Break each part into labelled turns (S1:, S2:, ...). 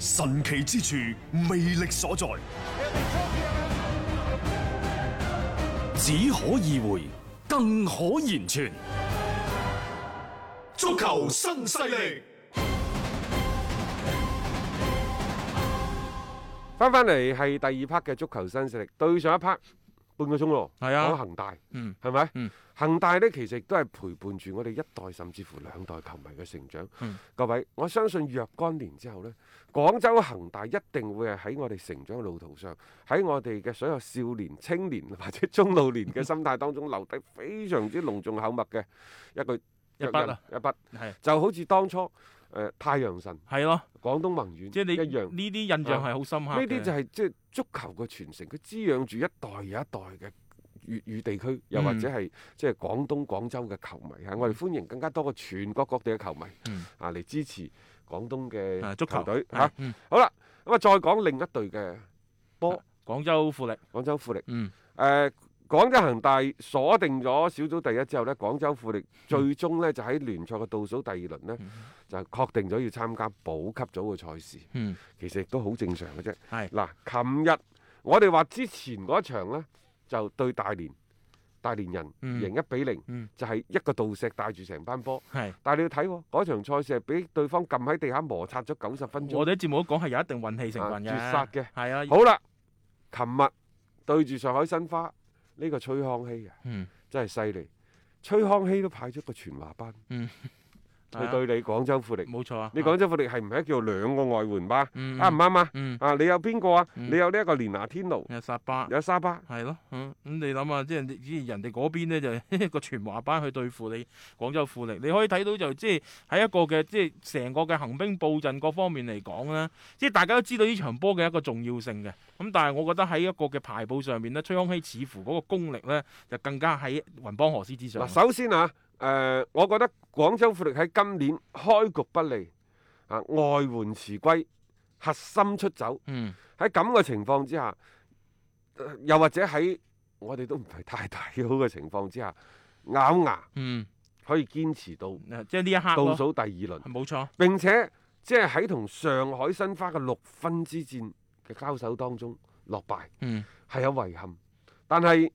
S1: 神奇之處，魅力所在，
S2: 只可意會，更可言傳。
S3: 足球新勢力，
S4: 翻翻嚟係第二 part 嘅足球新勢力，對上一 part 半個鐘咯，
S5: 係啊
S4: 講恒大，
S5: 嗯
S4: 係咪？
S5: 嗯
S4: 恒大呢，其實亦都係陪伴住我哋一代甚至乎兩代球迷嘅成長。
S5: 嗯
S4: 各位，我相信若干年之後呢，廣州恒大一定會係喺我哋成長嘅路途上，喺我哋嘅所有少年、青年 或者中老 年嘅心態當中留低非常之隆重厚墨嘅一句
S5: 一筆啊
S4: 一筆，
S5: 係
S4: 就好似當初誒、呃太陽神、
S5: 係咯，
S4: 廣東宏遠
S5: 即係你
S4: 一樣。
S5: 呢啲印象係好深刻嘅。
S4: 呢啲就係即係足球嘅傳承，佢滋養住一代又一代嘅粵語地區，又
S5: 嗯
S4: 或者係即係廣東廣州嘅球迷嚇。我哋歡迎更加多嘅全國各地嘅球迷
S5: 嗯
S4: 啊嚟支持廣東
S5: 啊
S4: 嘅
S5: 足球
S4: 球隊
S5: 係
S4: 嚇。
S5: 嗯啊
S4: 好啦，咁啊再講另一隊嘅波，
S5: 廣州富力，
S4: 廣州富力。
S5: 嗯，
S4: 誒廣州恒大鎖定咗小組第一之後呢，廣州富力最
S5: 嗯
S4: 終呢就喺聯賽嘅倒數第二輪呢，就確定咗要參加保級組嘅賽事。
S5: 嗯，
S4: 其實亦都好正常嘅啫。
S5: 係
S4: 嗱，琴日我哋話之前嗰場呢，就對大連，大連人
S5: 嗯
S4: 贏一比零、
S5: 嗯
S4: 就係一個盜石帶住成班波。
S5: 係。
S4: 但係你要睇喎，嗰場賽事係俾對方撳喺地下摩擦咗九十分鐘。
S5: 我哋啲節目都講係有一定運氣成分嘅，
S4: 啊絕殺嘅
S5: 係啊，
S4: 好啦，琴日對住上海申花呢、個崔康熙啊，
S5: 嗯，
S4: 真係犀利！崔康熙都派出個全華班，
S5: 嗯係
S4: 去
S5: 啊
S4: 對你廣州富力。
S5: 冇錯啊，
S4: 你
S5: 講
S4: 廣州富力係唔係叫兩個外援吧？
S5: 嗯
S4: 啱唔啱啊？
S5: 嗯
S4: 啊，你有邊個啊？
S5: 嗯
S4: 你有呢一個連拿天奴，
S5: 有薩巴。
S4: 有沙巴，
S5: 係咯，嗯，咁你諗下，即係以前人哋嗰邊咧就 個全華班去對付你廣州富力，你可以睇到就即係喺一個嘅即係成個嘅行兵布陣各方面嚟講咧，即係大家都知道呢場波嘅一個重要性嘅。咁但係我覺得喺一個嘅排布上面咧，崔康熙似乎嗰個功力咧就更加喺雲邦河師之上
S4: 嗱，。首先啊，誒、我覺得廣州富力喺今年開局不利，啊，外援遲歸，核心出走，
S5: 嗯，
S4: 喺咁嘅情況之下，呃又或者喺我哋都唔係太睇好嘅情況之下，咬牙
S5: 嗯，
S4: 可以堅持到
S5: 誒即係呢一刻
S4: 倒
S5: 咯，
S4: 數第二輪，
S5: 冇錯，
S4: 並且即係喺同上海申花嘅六分之戰嘅交手當中落敗。
S5: 嗯。
S4: 係有遺憾，但係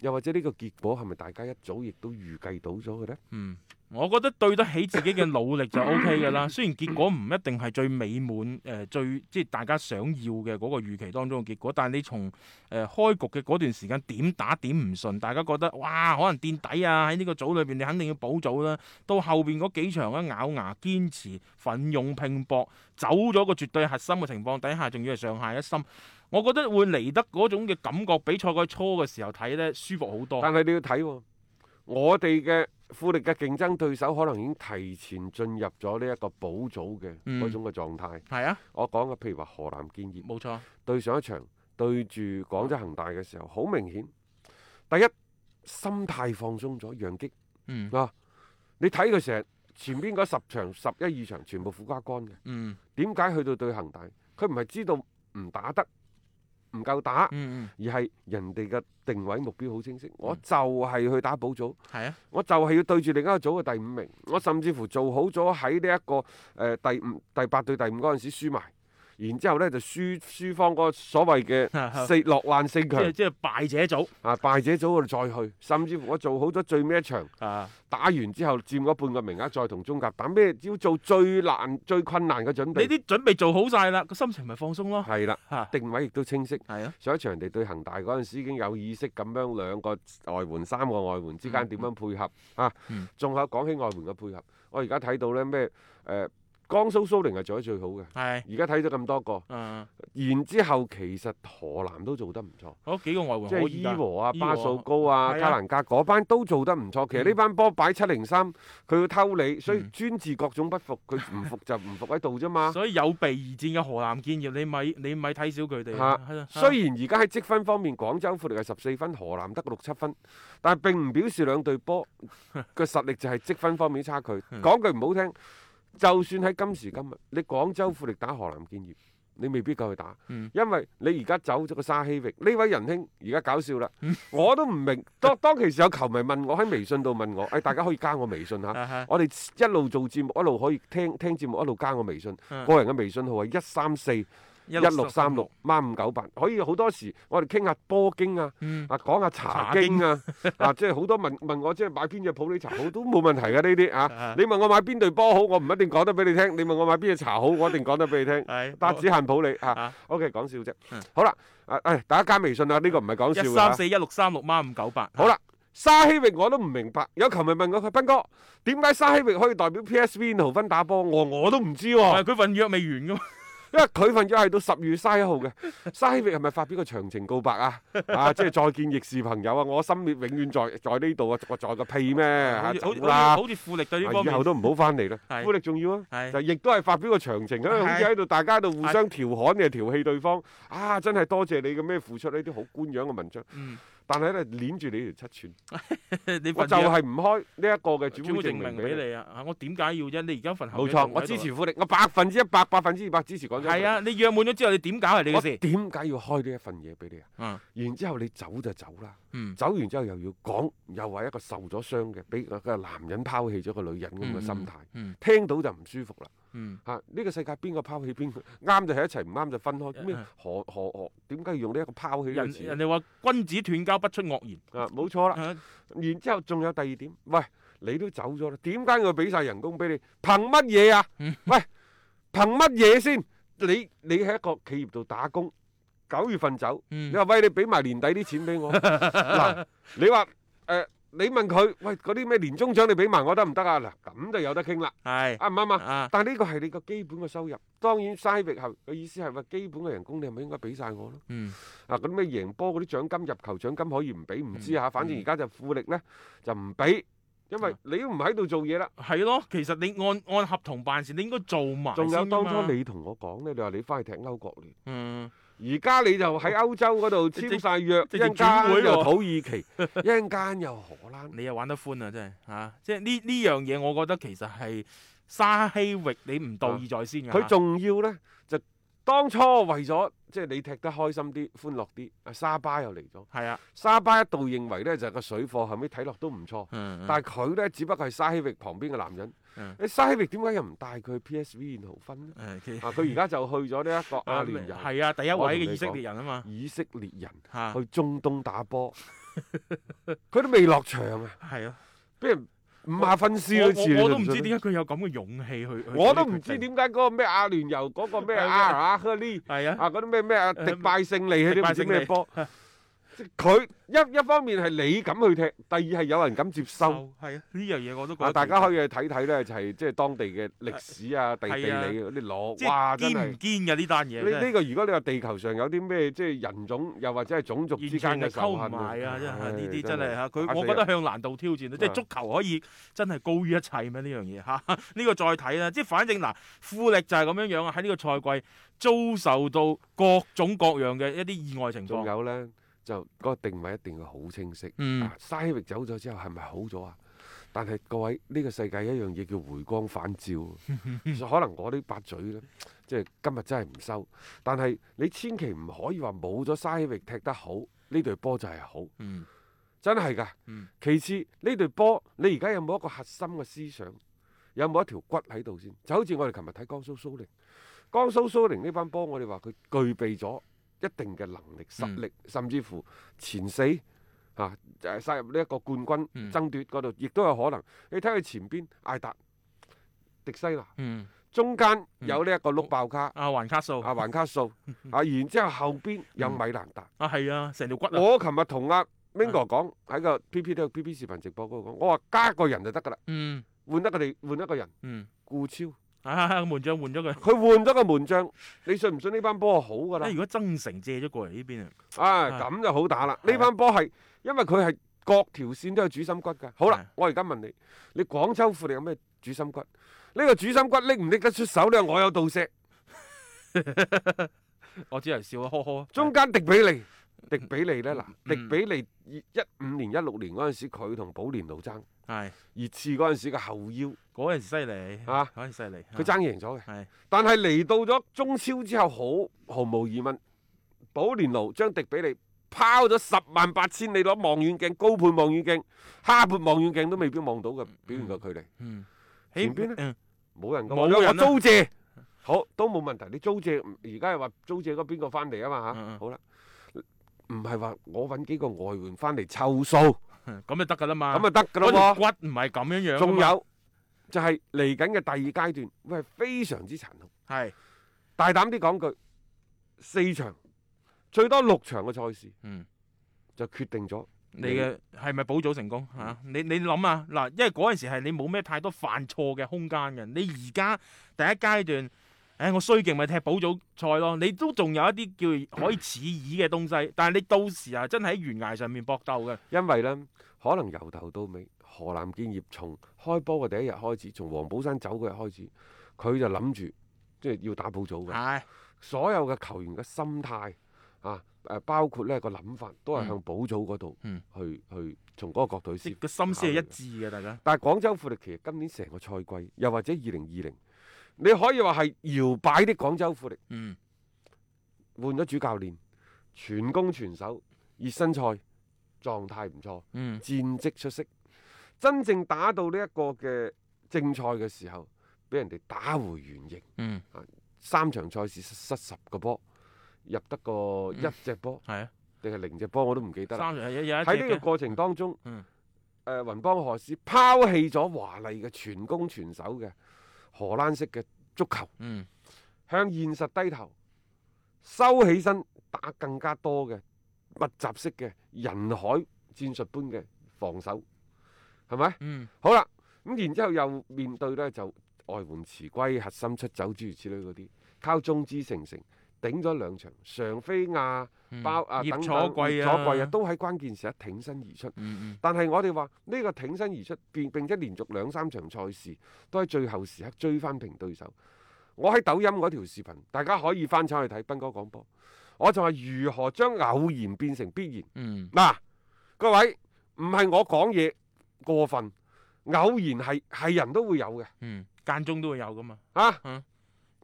S4: 又或者呢個結果係咪大家一早亦都預計到咗嘅呢？
S5: 嗯，我覺得對得起自己嘅努力就 O K 嘅啦。雖然結果唔一定係最美滿，誒、呃最即係大家想要嘅嗰個預期當中嘅結果，但係你從誒、呃、開局嘅嗰段時間點打點唔順，大家覺得哇，可能墊底啊，喺呢個組裏邊你肯定要補組啦。到後邊嗰幾場咧，咬牙堅持、奮勇拼搏，走咗個絕對核心嘅情況底下，仲要係上下一心，我覺得會嚟得嗰種嘅感覺，比賽個初嘅時候睇呢，舒服好多。
S4: 但係你要睇喎、我哋嘅富力嘅競爭對手可能已經提前進入咗呢一個保組嘅
S5: 嗯
S4: 嗰種嘅狀態。
S5: 係啊，
S4: 我講嘅譬如話河南建業
S5: 冇錯，
S4: 對上一場對住廣州恒大嘅時候，好明顯，第一心態放鬆咗，楊擊
S5: 嗯
S4: 啊，你睇佢成日前邊嗰十場、十一二場全部苦瓜乾嘅。
S5: 嗯
S4: 點解去到對恒大？佢唔係知道唔打得，唔夠打，
S5: 嗯嗯，
S4: 而係人哋嘅定位目標好清
S5: 嗯
S4: 晰。我就係去打保組，
S5: 係啊。
S4: 我就係要對住另一個組嘅第五名。我甚至乎做好咗喺呢一個誒、呃第五、第八對第五嗰陣時輸埋，然之後呢就輸輸方嗰個所謂 嘅四落難四
S5: 即係
S4: 強
S5: 即係敗者組
S4: 啊敗者組嗰度再去，甚至乎我做好咗最尾一場。
S5: 啊，
S4: 打完之後佔嗰半個名額，再同中甲打咩？要做最難、最困難嘅準
S5: 你
S4: 備。
S5: 啲準備做好晒啦，個心情咪放鬆 咯，
S4: 係啦，
S5: 嚇
S4: 定位亦都清晰。
S5: 係啊，
S4: 上一場人哋對恒大嗰陣時已經有意識咁樣兩個外援、三個外援之間點樣配合、啊
S5: 嗯？
S4: 仲有講起外援嘅配合，我而家睇到呢咩誒呃江蘇蘇寧係做得最好嘅。
S5: 係
S4: 而家睇咗咁多個，
S5: 啊，
S4: 然之後其實河南都做得唔錯，
S5: 嗰幾個外援
S4: 即
S5: 可
S4: 係
S5: 以
S4: 伊
S5: 㗎
S4: 和啊、
S5: 伊
S4: 巴
S5: 和
S4: 素高啊、
S5: 係啊
S4: 卡蘭加嗰班都做得唔錯。其實呢班波擺七零三，佢要偷你，所以
S5: 嗯
S4: 專治各種不服，佢唔服就唔服喺度啫嘛。
S5: 所以有備而戰嘅河南建業，你咪你咪睇小佢哋啊。係啊
S4: 嚇，雖然而家喺積分方面，廣州富力係十四分，河南得個六七分，但係並唔表示兩隊 波嘅實力就係積分方面差距。
S5: 嗯
S4: 講句唔好聽，就算喺今時今日，你廣州富力打河南建業，你未必夠佢打，
S5: 嗯
S4: 因為你而家走咗個沙希域呢位仁兄，而家搞笑啦，
S5: 嗯
S4: 我都唔明。當當其時有球迷問我喺微信度問我，誒、哎大家可以加我微信嚇。
S5: 啊哈
S4: 我哋一路做節目，一路可以聽聽節目，一路加我微信。
S5: 嗯
S4: 個人嘅微信號係一三四一六三六孖五九八，可以好多時我哋傾下波經啊，
S5: 嗯
S4: 啊講下茶經 啊，啊即係好多問問我即係買邊只普洱茶好都冇問題嘅呢啲啊
S5: 啊。
S4: 你問我買邊隊波好，我唔一定講得俾你聽；你問我買邊只茶好，我一定講得俾你聽。
S5: 係
S4: 八子限普洱啊
S5: 啊
S4: ，OK 講笑啫
S5: 嗯。
S4: 好啦，啊誒大家加微信啊，呢個唔係講笑
S5: 一
S4: 㗎
S5: 三
S4: 嚇
S5: 四一六三六孖五九八。
S4: 好啦，沙希域我都唔明白，有球迷問我佢斌哥點解沙希域可以代表 PSV 豪芬打波？我我都唔知喎、
S5: 但係佢份約未完噶嘛，
S4: 因為佢份約係到十月卅一號嘅。沙希域係咪發表個長情告白啊？ 啊，即係再見亦是朋友啊！我心永遠在在呢度啊！我在個屁咩？
S5: 好
S4: 啊
S5: 似
S4: 走
S5: 好似
S4: 啦！
S5: 好似富力對呢
S4: 啊
S5: 方
S4: 以後
S5: 面
S4: 都唔好翻嚟啦，
S5: 係
S4: 富力重要啊！
S5: 係
S4: 就亦都係發表個長情，因啊為好似喺度大家喺度互相調侃嘅調戲對方啊！真係多謝你嘅咩付出呢啲好官樣嘅文章，
S5: 嗯，
S4: 但係咧攆住你條七寸。
S5: 你
S4: 我
S5: 份
S4: 就
S5: 約
S4: 係唔開呢一個嘅主
S5: 主會
S4: 會
S5: 證
S4: 證
S5: 明
S4: 明
S5: 俾
S4: 俾你。
S5: 你啊！啊我點解要啫？你而家份合
S4: 冇
S5: 約
S4: 錯，
S5: 仲
S4: 我
S5: 喺度
S4: 支
S5: 啊。
S4: 持富力，我百分之一百、百分之二百支持廣州。
S5: 係，啊，你約滿咗之後，你點搞係你
S4: 我
S5: 嘅事
S4: 點。解要開呢一份嘢俾你啊？
S5: 嗯
S4: 然之後你走就走啦，
S5: 嗯
S4: 走完之後又要講，又話一個受咗傷嘅，俾個男人拋棄咗個女人咁嘅心態，
S5: 嗯
S4: 聽到就唔舒服啦。
S5: 嗯，
S4: 嚇、呢個世界邊個拋棄邊個？ 啱就喺一齊，唔啱就分開。咩
S5: 嗯
S4: 何何何？點解要用呢一個拋棄呢
S5: 人
S4: 個詞
S5: 人
S4: 呢？
S5: 哋話君子斷交不出惡言。
S4: 啊，冇錯啦。
S5: 啊
S4: 然之後仲有第二點，喂，你都走咗啦，點解我俾晒人工俾你？憑乜嘢啊？喂，憑乜嘢先？你你喺一個企業度打工，九月份走，
S5: 嗯
S4: 你話喂，你俾埋年底啲錢俾我，嗱，你話誒、呃你問佢，喂，嗰啲咩年終獎你俾埋我得唔得啊？嗱，咁就有得傾啦，
S5: 係
S4: 啱唔啱啊？
S5: 啊，
S4: 但呢個係你個基本嘅收入，當然嘥域後嘅意思係話基本嘅人工你係咪應該俾晒我咯？
S5: 嗯
S4: 啊，咁咩贏波嗰啲獎金、入球獎金可以唔俾，唔知啊
S5: 嗯
S4: 嚇。反正而家就富力呢，就唔俾，因為
S5: 啊
S4: 你都唔喺度做嘢啦。
S5: 係咯，其實你按按合同辦事，你應該做埋
S4: 仲有
S5: 先啊
S4: 當
S5: 㗎嘛
S4: 初你同我講呢，你話你翻去踢歐國聯，
S5: 嗯
S4: 而家你就喺歐洲嗰度簽晒約，一
S5: 直直
S4: 陣
S5: 轉會
S4: 間又
S5: 喎
S4: 土耳其，一陣間又荷 蘭。
S5: 你又玩得寬啊，真係嚇、啊即係呢呢樣嘢，我覺得其實係沙希域你唔道義在先㗎。
S4: 啊佢仲要呢，就當初為咗即係你踢得開心啲、歡樂啲，啊沙巴又嚟咗。
S5: 係啊，
S4: 沙巴一度認為呢就係個水貨，後尾睇落都唔錯。
S5: 嗯
S4: 但係佢呢，只不過係沙希域旁邊嘅男人。
S5: 嗯
S4: 你沙希域點解又唔帶佢去 PSV 豪芬 呢？
S5: 誒嗯其
S4: 啊，佢而家就去咗呢一個阿聯酋、
S5: 係啊，第一
S4: 我同
S5: 位
S4: 你
S5: 嘅以色
S4: 講
S5: 列人啊嘛
S4: 以色列人
S5: 嚇，
S4: 去中東打 波，佢都未落場啊，
S5: 係啊，
S4: 俾人五下分
S5: 我
S4: 屍都似。
S5: 我我都唔知
S4: 點，
S5: 點解佢有咁嘅勇氣去，去
S4: 我都
S5: 做呢
S4: 唔
S5: 個
S4: 知
S5: 決定
S4: 點解嗰個咩阿聯酋嗰個咩
S5: 係啊
S4: 阿阿赫利
S5: 係啊，
S4: 啊嗰啲咩咩啊迪拜勝利啊
S5: 迪
S4: 啲
S5: 拜
S4: 唔知
S5: 勝利
S4: 咩波。即係佢一一方面係你敢去踢，第二係有人敢接
S5: 就
S4: 收。
S5: 係啊，呢樣嘢我都覺
S4: 啊！
S5: 得
S4: 大家可以去睇睇咧，就係即係當地嘅歷史啊、地地
S5: 係啊
S4: 理嗰啲攞，
S5: 即
S4: 哇！
S5: 係
S4: 真
S5: 堅
S4: 係
S5: 唔堅嘅呢單嘢
S4: 呢
S5: 真係
S4: 呢個如果你話地球上有啲咩即係人種又或者係種族
S5: 完
S4: 之間
S5: 全
S4: 嘅
S5: 係溝
S4: 仇
S5: 唔
S4: 恨
S5: 埋啊！真係
S4: 唉
S5: 呢啲真係嚇，
S4: 打
S5: 佢
S4: 死
S5: 我覺得向難度挑戰啊！即係
S4: 啊
S5: 足球可以真係高於一切咩？呢樣嘢嚇， 呢個再睇啦。即係反正嗱，富力就係咁樣樣啊！喺呢個賽季遭受到各種各樣嘅一啲意外情
S4: 仲
S5: 況。
S4: 有咧，就嗰個定位一定要好清晰。
S5: 嗯
S4: 啊，沙希域走咗之後係咪好咗啊？但係各位呢、個世界一樣嘢叫回光返 照，可能我呢把嘴呢，即係今日真係唔收。但係你千祈唔可以話冇咗沙希域踢得好，呢隊波就係好，
S5: 嗯
S4: 真係㗎。
S5: 嗯
S4: 其次呢隊波，你而家有冇一個核心嘅思想？有冇一條骨喺度先？就好似我哋琴日睇江蘇蘇寧，江蘇蘇寧呢班波，我哋話佢具備咗一定嘅能
S5: 嗯
S4: 力、實力，甚至乎前四嚇誒殺入呢一個冠軍
S5: 嗯
S4: 爭奪嗰度，亦都有可能。你睇佢前邊艾達、迪西拿，
S5: 嗯，
S4: 中間有呢一個碌爆卡、
S5: 阿環卡數
S4: 啊環卡 素啊，然之後後邊有
S5: 嗯
S4: 米蘭達。
S5: 啊，係啊，成條骨啊，
S4: 我琴日同阿 Mingo 講喺個 PP 度 PP 視頻直播嗰度講，我話加一個人就得㗎啦，
S5: 嗯
S4: 換一個地換一個人，
S5: 嗯
S4: 顧超
S5: 啊，門將換 咗佢。
S4: 佢換咗個門將，你信唔信呢班波好㗎啦
S5: 啊！如？果曾誠借咗過嚟呢邊啊，
S4: 啊，
S5: 啊
S4: 咁就好打啦！
S5: 係啊
S4: 呢班波係因為佢係各條線都有主心骨㗎。好
S5: 係
S4: 啦，我而家問你，你廣州富力有咩主心骨？呢、個主心骨拎唔拎得出手呢？我有道石，
S5: 我只係笑啊，呵呵。
S4: 中間迪比利，迪比利呢？嗱、
S5: 嗯
S4: 迪比利一五年、一六年嗰陣時，佢同保連奴爭，
S5: 係
S4: 熱刺嗰陣時嘅後腰，
S5: 嗰陣時犀利，
S4: 啊
S5: 嗰陣時犀利，啊
S4: 佢爭贏咗嘅。
S5: 係
S4: 但係嚟到咗中超之後，好毫無疑問，保連奴將迪比利拋咗十萬八千里攞望遠鏡、高判望遠鏡、哈盤望遠鏡都未必望到嘅表現嘅距離，
S5: 嗯，
S4: 前邊呢
S5: 嗯
S4: 冇人
S5: 冇
S4: 講我
S5: 人啊
S4: 租借，好都冇問題。你租借而家係話租借嗰邊個翻嚟啊嘛嚇，
S5: 嗯嗯
S4: 好啦，唔係話我揾幾個外援翻嚟湊數
S5: 咁就得㗎啦嘛。
S4: 咁啊得㗎
S5: 嗰條
S4: 啦
S5: 骨
S4: 喎，
S5: 唔係咁啊樣樣㗎嘛。
S4: 仲有就係嚟緊嘅第二階段會係非常之殘酷。
S5: 係
S4: 大膽啲講句，四場最多六場嘅賽事，
S5: 嗯
S4: 就決定咗
S5: 你嘅係咪保組成功嚇？你你諗啊嗱，因為嗰陣時係你冇咩太多犯錯嘅空間嘅。你而家第一階段，唉，我衰勁咪踢保組賽咯。你都仲有一啲叫可以似意嘅東西，但係你到時啊，真係喺懸崖上面搏鬥嘅。
S4: 因為呢，可能由頭到尾，河南建業從開波嘅第一日開始，從黃寶山走嗰日開始，佢就諗住即係要打保組嘅，
S5: 係
S4: 所有嘅球員嘅心態啊，誒包括呢個諗法，都係向保組嗰度去、
S5: 嗯
S4: 去從嗰個角度去
S5: 即
S4: 思
S5: 係個心思係一致嘅，大家
S4: 但係廣州富力其實今年成個賽季，又或者二零二零，你可以話係搖擺的廣州富力。
S5: 嗯
S4: 換咗主教練，全攻全守，熱身賽狀態唔錯，
S5: 嗯
S4: 戰績出色。真正打到呢一個嘅正賽嘅時候，俾人哋打回原形。
S5: 嗯，
S4: 三場賽事失失十個波，入得
S5: 嗯
S4: 個一隻波
S5: 係啊，
S4: 定係零隻波我都唔記得啦。
S5: 三場係有有一隻
S4: 喺呢個
S5: 嘅
S4: 過程當中，誒、
S5: 嗯
S4: 雲邦何斯拋棄咗華麗嘅全攻全守嘅荷蘭式嘅足球。
S5: 嗯
S4: 向現實低頭，收起身打更加多嘅密集式嘅人海戰術般嘅防守，係咪？
S5: 嗯
S4: 好啦，咁然之後又面對呢，就外援遲歸、核心出走諸如此類嗰啲，靠眾志成城頂咗兩場，常菲亞
S5: 嗯
S4: 包啊
S5: 葉
S4: 等
S5: 楚
S4: 等
S5: 貴
S4: 葉楚貴啊，
S5: 啊，
S4: 都喺關鍵時刻挺身而出。
S5: 嗯嗯
S4: 但係我哋話呢個挺身而出，並並且連續兩三場賽事都喺最後時刻追翻平對手。我喺抖音嗰條視頻，大家可以翻返去睇斌哥講波，我就係如何將偶然變成必
S5: 嗯
S4: 然。嗱，各位唔係我講嘢過分，偶然係係人都會有嘅
S5: 嗯，間中都會有噶嘛，
S4: 啊。
S5: 嗯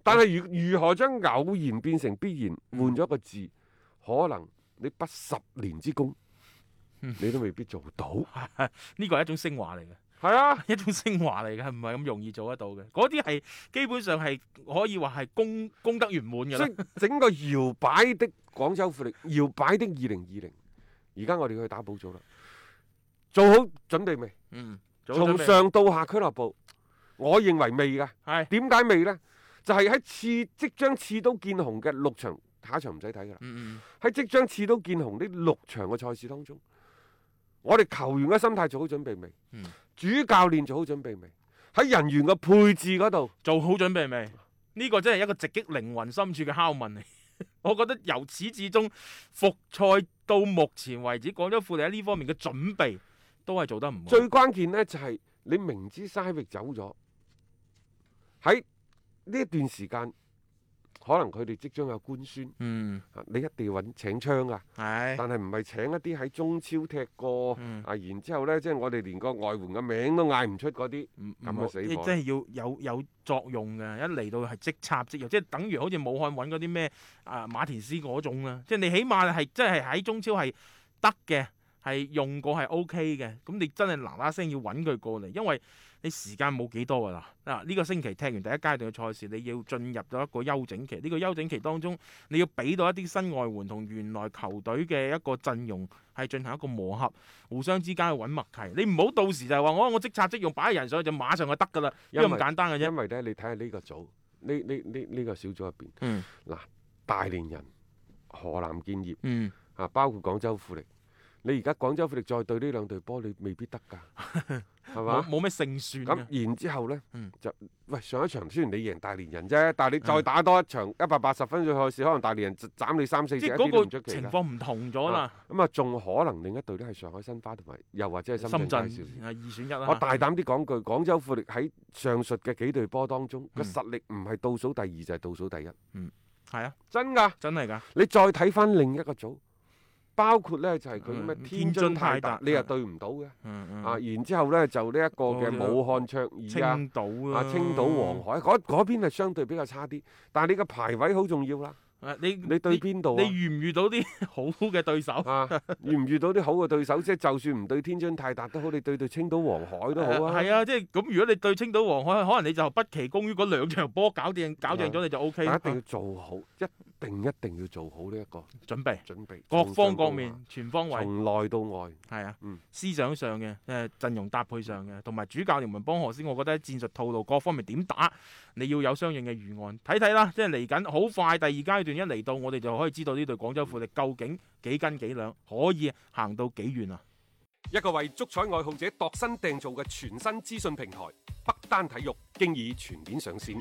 S4: 但係如如何將偶然變成必然，
S5: 嗯
S4: 換咗個字，可能你不十年之功，
S5: 嗯
S4: 你都未必做 到。
S5: 呢個係一種升華嚟嘅，
S4: 係啊。
S5: 一種升華嚟嘅，唔係咁容易做得到嘅。嗰啲係基本上係可以話係功功德圓滿嘅
S4: 所
S5: 啦。
S4: 以整個搖擺的廣州富力，搖擺的二零二零，而家我哋去打補組啦，做好準備未？
S5: 嗯，早準
S4: 從
S5: 備
S4: 上到下俱樂部，我認為未㗎。
S5: 係
S4: 點解未呢？就係喺刺即將刺刀見紅嘅六場，下一場唔使睇㗎啦。
S5: 嗯嗯
S4: 喺即將刺刀見紅呢六場嘅賽事當中，我哋球員嘅心態做好準備未？
S5: 嗯
S4: 主教練做好準備未？喺人員嘅配置嗰度，
S5: 做好準備未？呢個真係一個直擊靈魂深處嘅拷問嚟。 我覺得由始至終復賽到目前為止，廣州富力喺呢方面嘅準備都係做得唔好。
S4: 最關鍵呢，就係、你明知沙域走咗，喺呢一段時間，可能佢哋即將有官宣，
S5: 嗯
S4: 啊你一定要揾請槍啊！
S5: 係
S4: 但係唔係請一啲喺中超踢過、
S5: 嗯
S4: 啊，然之後呢，即係我哋連個外援嘅名都嗌唔出嗰啲。
S5: 唔
S4: 咁啊
S5: 嗯唔好
S4: 死
S5: 即
S4: 火
S5: 真係要有有作用嘅，一嚟到係即插即用，即係等於好似武漢揾嗰啲咩啊馬田斯嗰種啦，即係你起碼係真係喺中超係得嘅，係用過係 O K 嘅，咁你真係嗱嗱聲要揾佢過嚟，因為你時間冇幾多㗎啦。嗱、呢、個星期踢完第一階段嘅賽事，你要進入咗一個休整期，呢、個休整期當中你要俾到一啲新外援同原來球隊嘅一個陣容係進行一個磨合。互相之間去揾默契。你唔好到時就係話我我即插即用擺人上去就馬上就得㗎啦，
S4: 因
S5: 呢
S4: 為
S5: 咁簡單嘅啫。
S4: 因為呢，你睇下呢個組，呢呢呢呢個小組入邊，
S5: 嗯
S4: 大連人、河南建業
S5: 嗯
S4: 啊，包括廣州富力，你而家廣州富力再對呢兩隊波，你未必得㗎， 係
S5: 冇
S4: 嘛？
S5: 冇咩勝算嘅
S4: 咁然之後呢，
S5: 嗯
S4: 就喂上一場雖然你贏大連人啫，但係你再打多一場一百八十分鐘嘅賽事，可能大連人就斬你三四隻，
S5: 即
S4: 一
S5: 係
S4: 啲都唔
S5: 嗰
S4: 出
S5: 個
S4: 奇
S5: 情
S4: 啦。
S5: 況唔同咗啦。
S4: 咁啊，仲可能另一隊呢係上海申花同埋，又或者係
S5: 深
S4: 深
S5: 圳
S4: 圳
S5: 啊
S4: 佳兆業。
S5: 二選一啦。
S4: 我大膽啲講句，廣州富力喺上述嘅幾隊波當中，個
S5: 嗯
S4: 實力唔係倒數第二就係倒數第一，
S5: 係啊，
S4: 真㗎。
S5: 真係㗎。
S4: 你再睇翻另一個組，包括呢就係佢咩
S5: 嗯
S4: 天
S5: 天津
S4: 津泰
S5: 泰達
S4: 達，你又
S5: 嗯
S4: 對唔到嘅。
S5: 嗯
S4: 啊，
S5: 嗯。
S4: 然之後呢，就呢一個
S5: 哦
S4: 嘅武漢卓
S5: 青
S4: 爾啊。
S5: 島
S4: 啊，青島黃海嗰嗰邊係相對比較差啲，但係你嘅排位好重要啦。
S5: 海。啊你
S4: 你對邊度
S5: 你
S4: 啊？
S5: 遇唔遇到啲 好嘅對手？
S4: 啊，遇唔遇到啲好嘅對手？即係就算唔對天津泰達都好，你對對青島黃海都好啊。
S5: 係啊，即係咁。如果你對青島黃海，可能你就不其功於嗰兩場波搞掂搞掂咗，你就啊 O K
S4: 啊但
S5: 啦
S4: 一。定要做好，一定一定要做好呢一個
S5: 準備
S4: 準備，
S5: 各
S4: 從
S5: 方
S4: 上
S5: 各
S4: 到
S5: 面
S4: 下，
S5: 全方位。
S4: 從內到外。
S5: 係啊
S4: 嗯，
S5: 思想上嘅，誒、陣容搭配上嘅，同埋主教練文邦何先，我覺得喺戰術套路各方面點打，你要有相應嘅預案，睇睇啦。即係嚟緊好快，第二階段一嚟到，我哋就可以知道呢隊廣州富力究竟幾斤幾兩，可以行到幾遠啊！
S4: 一個為足彩愛好者度身訂造嘅全新資訊平台北單體育，經已全面上線。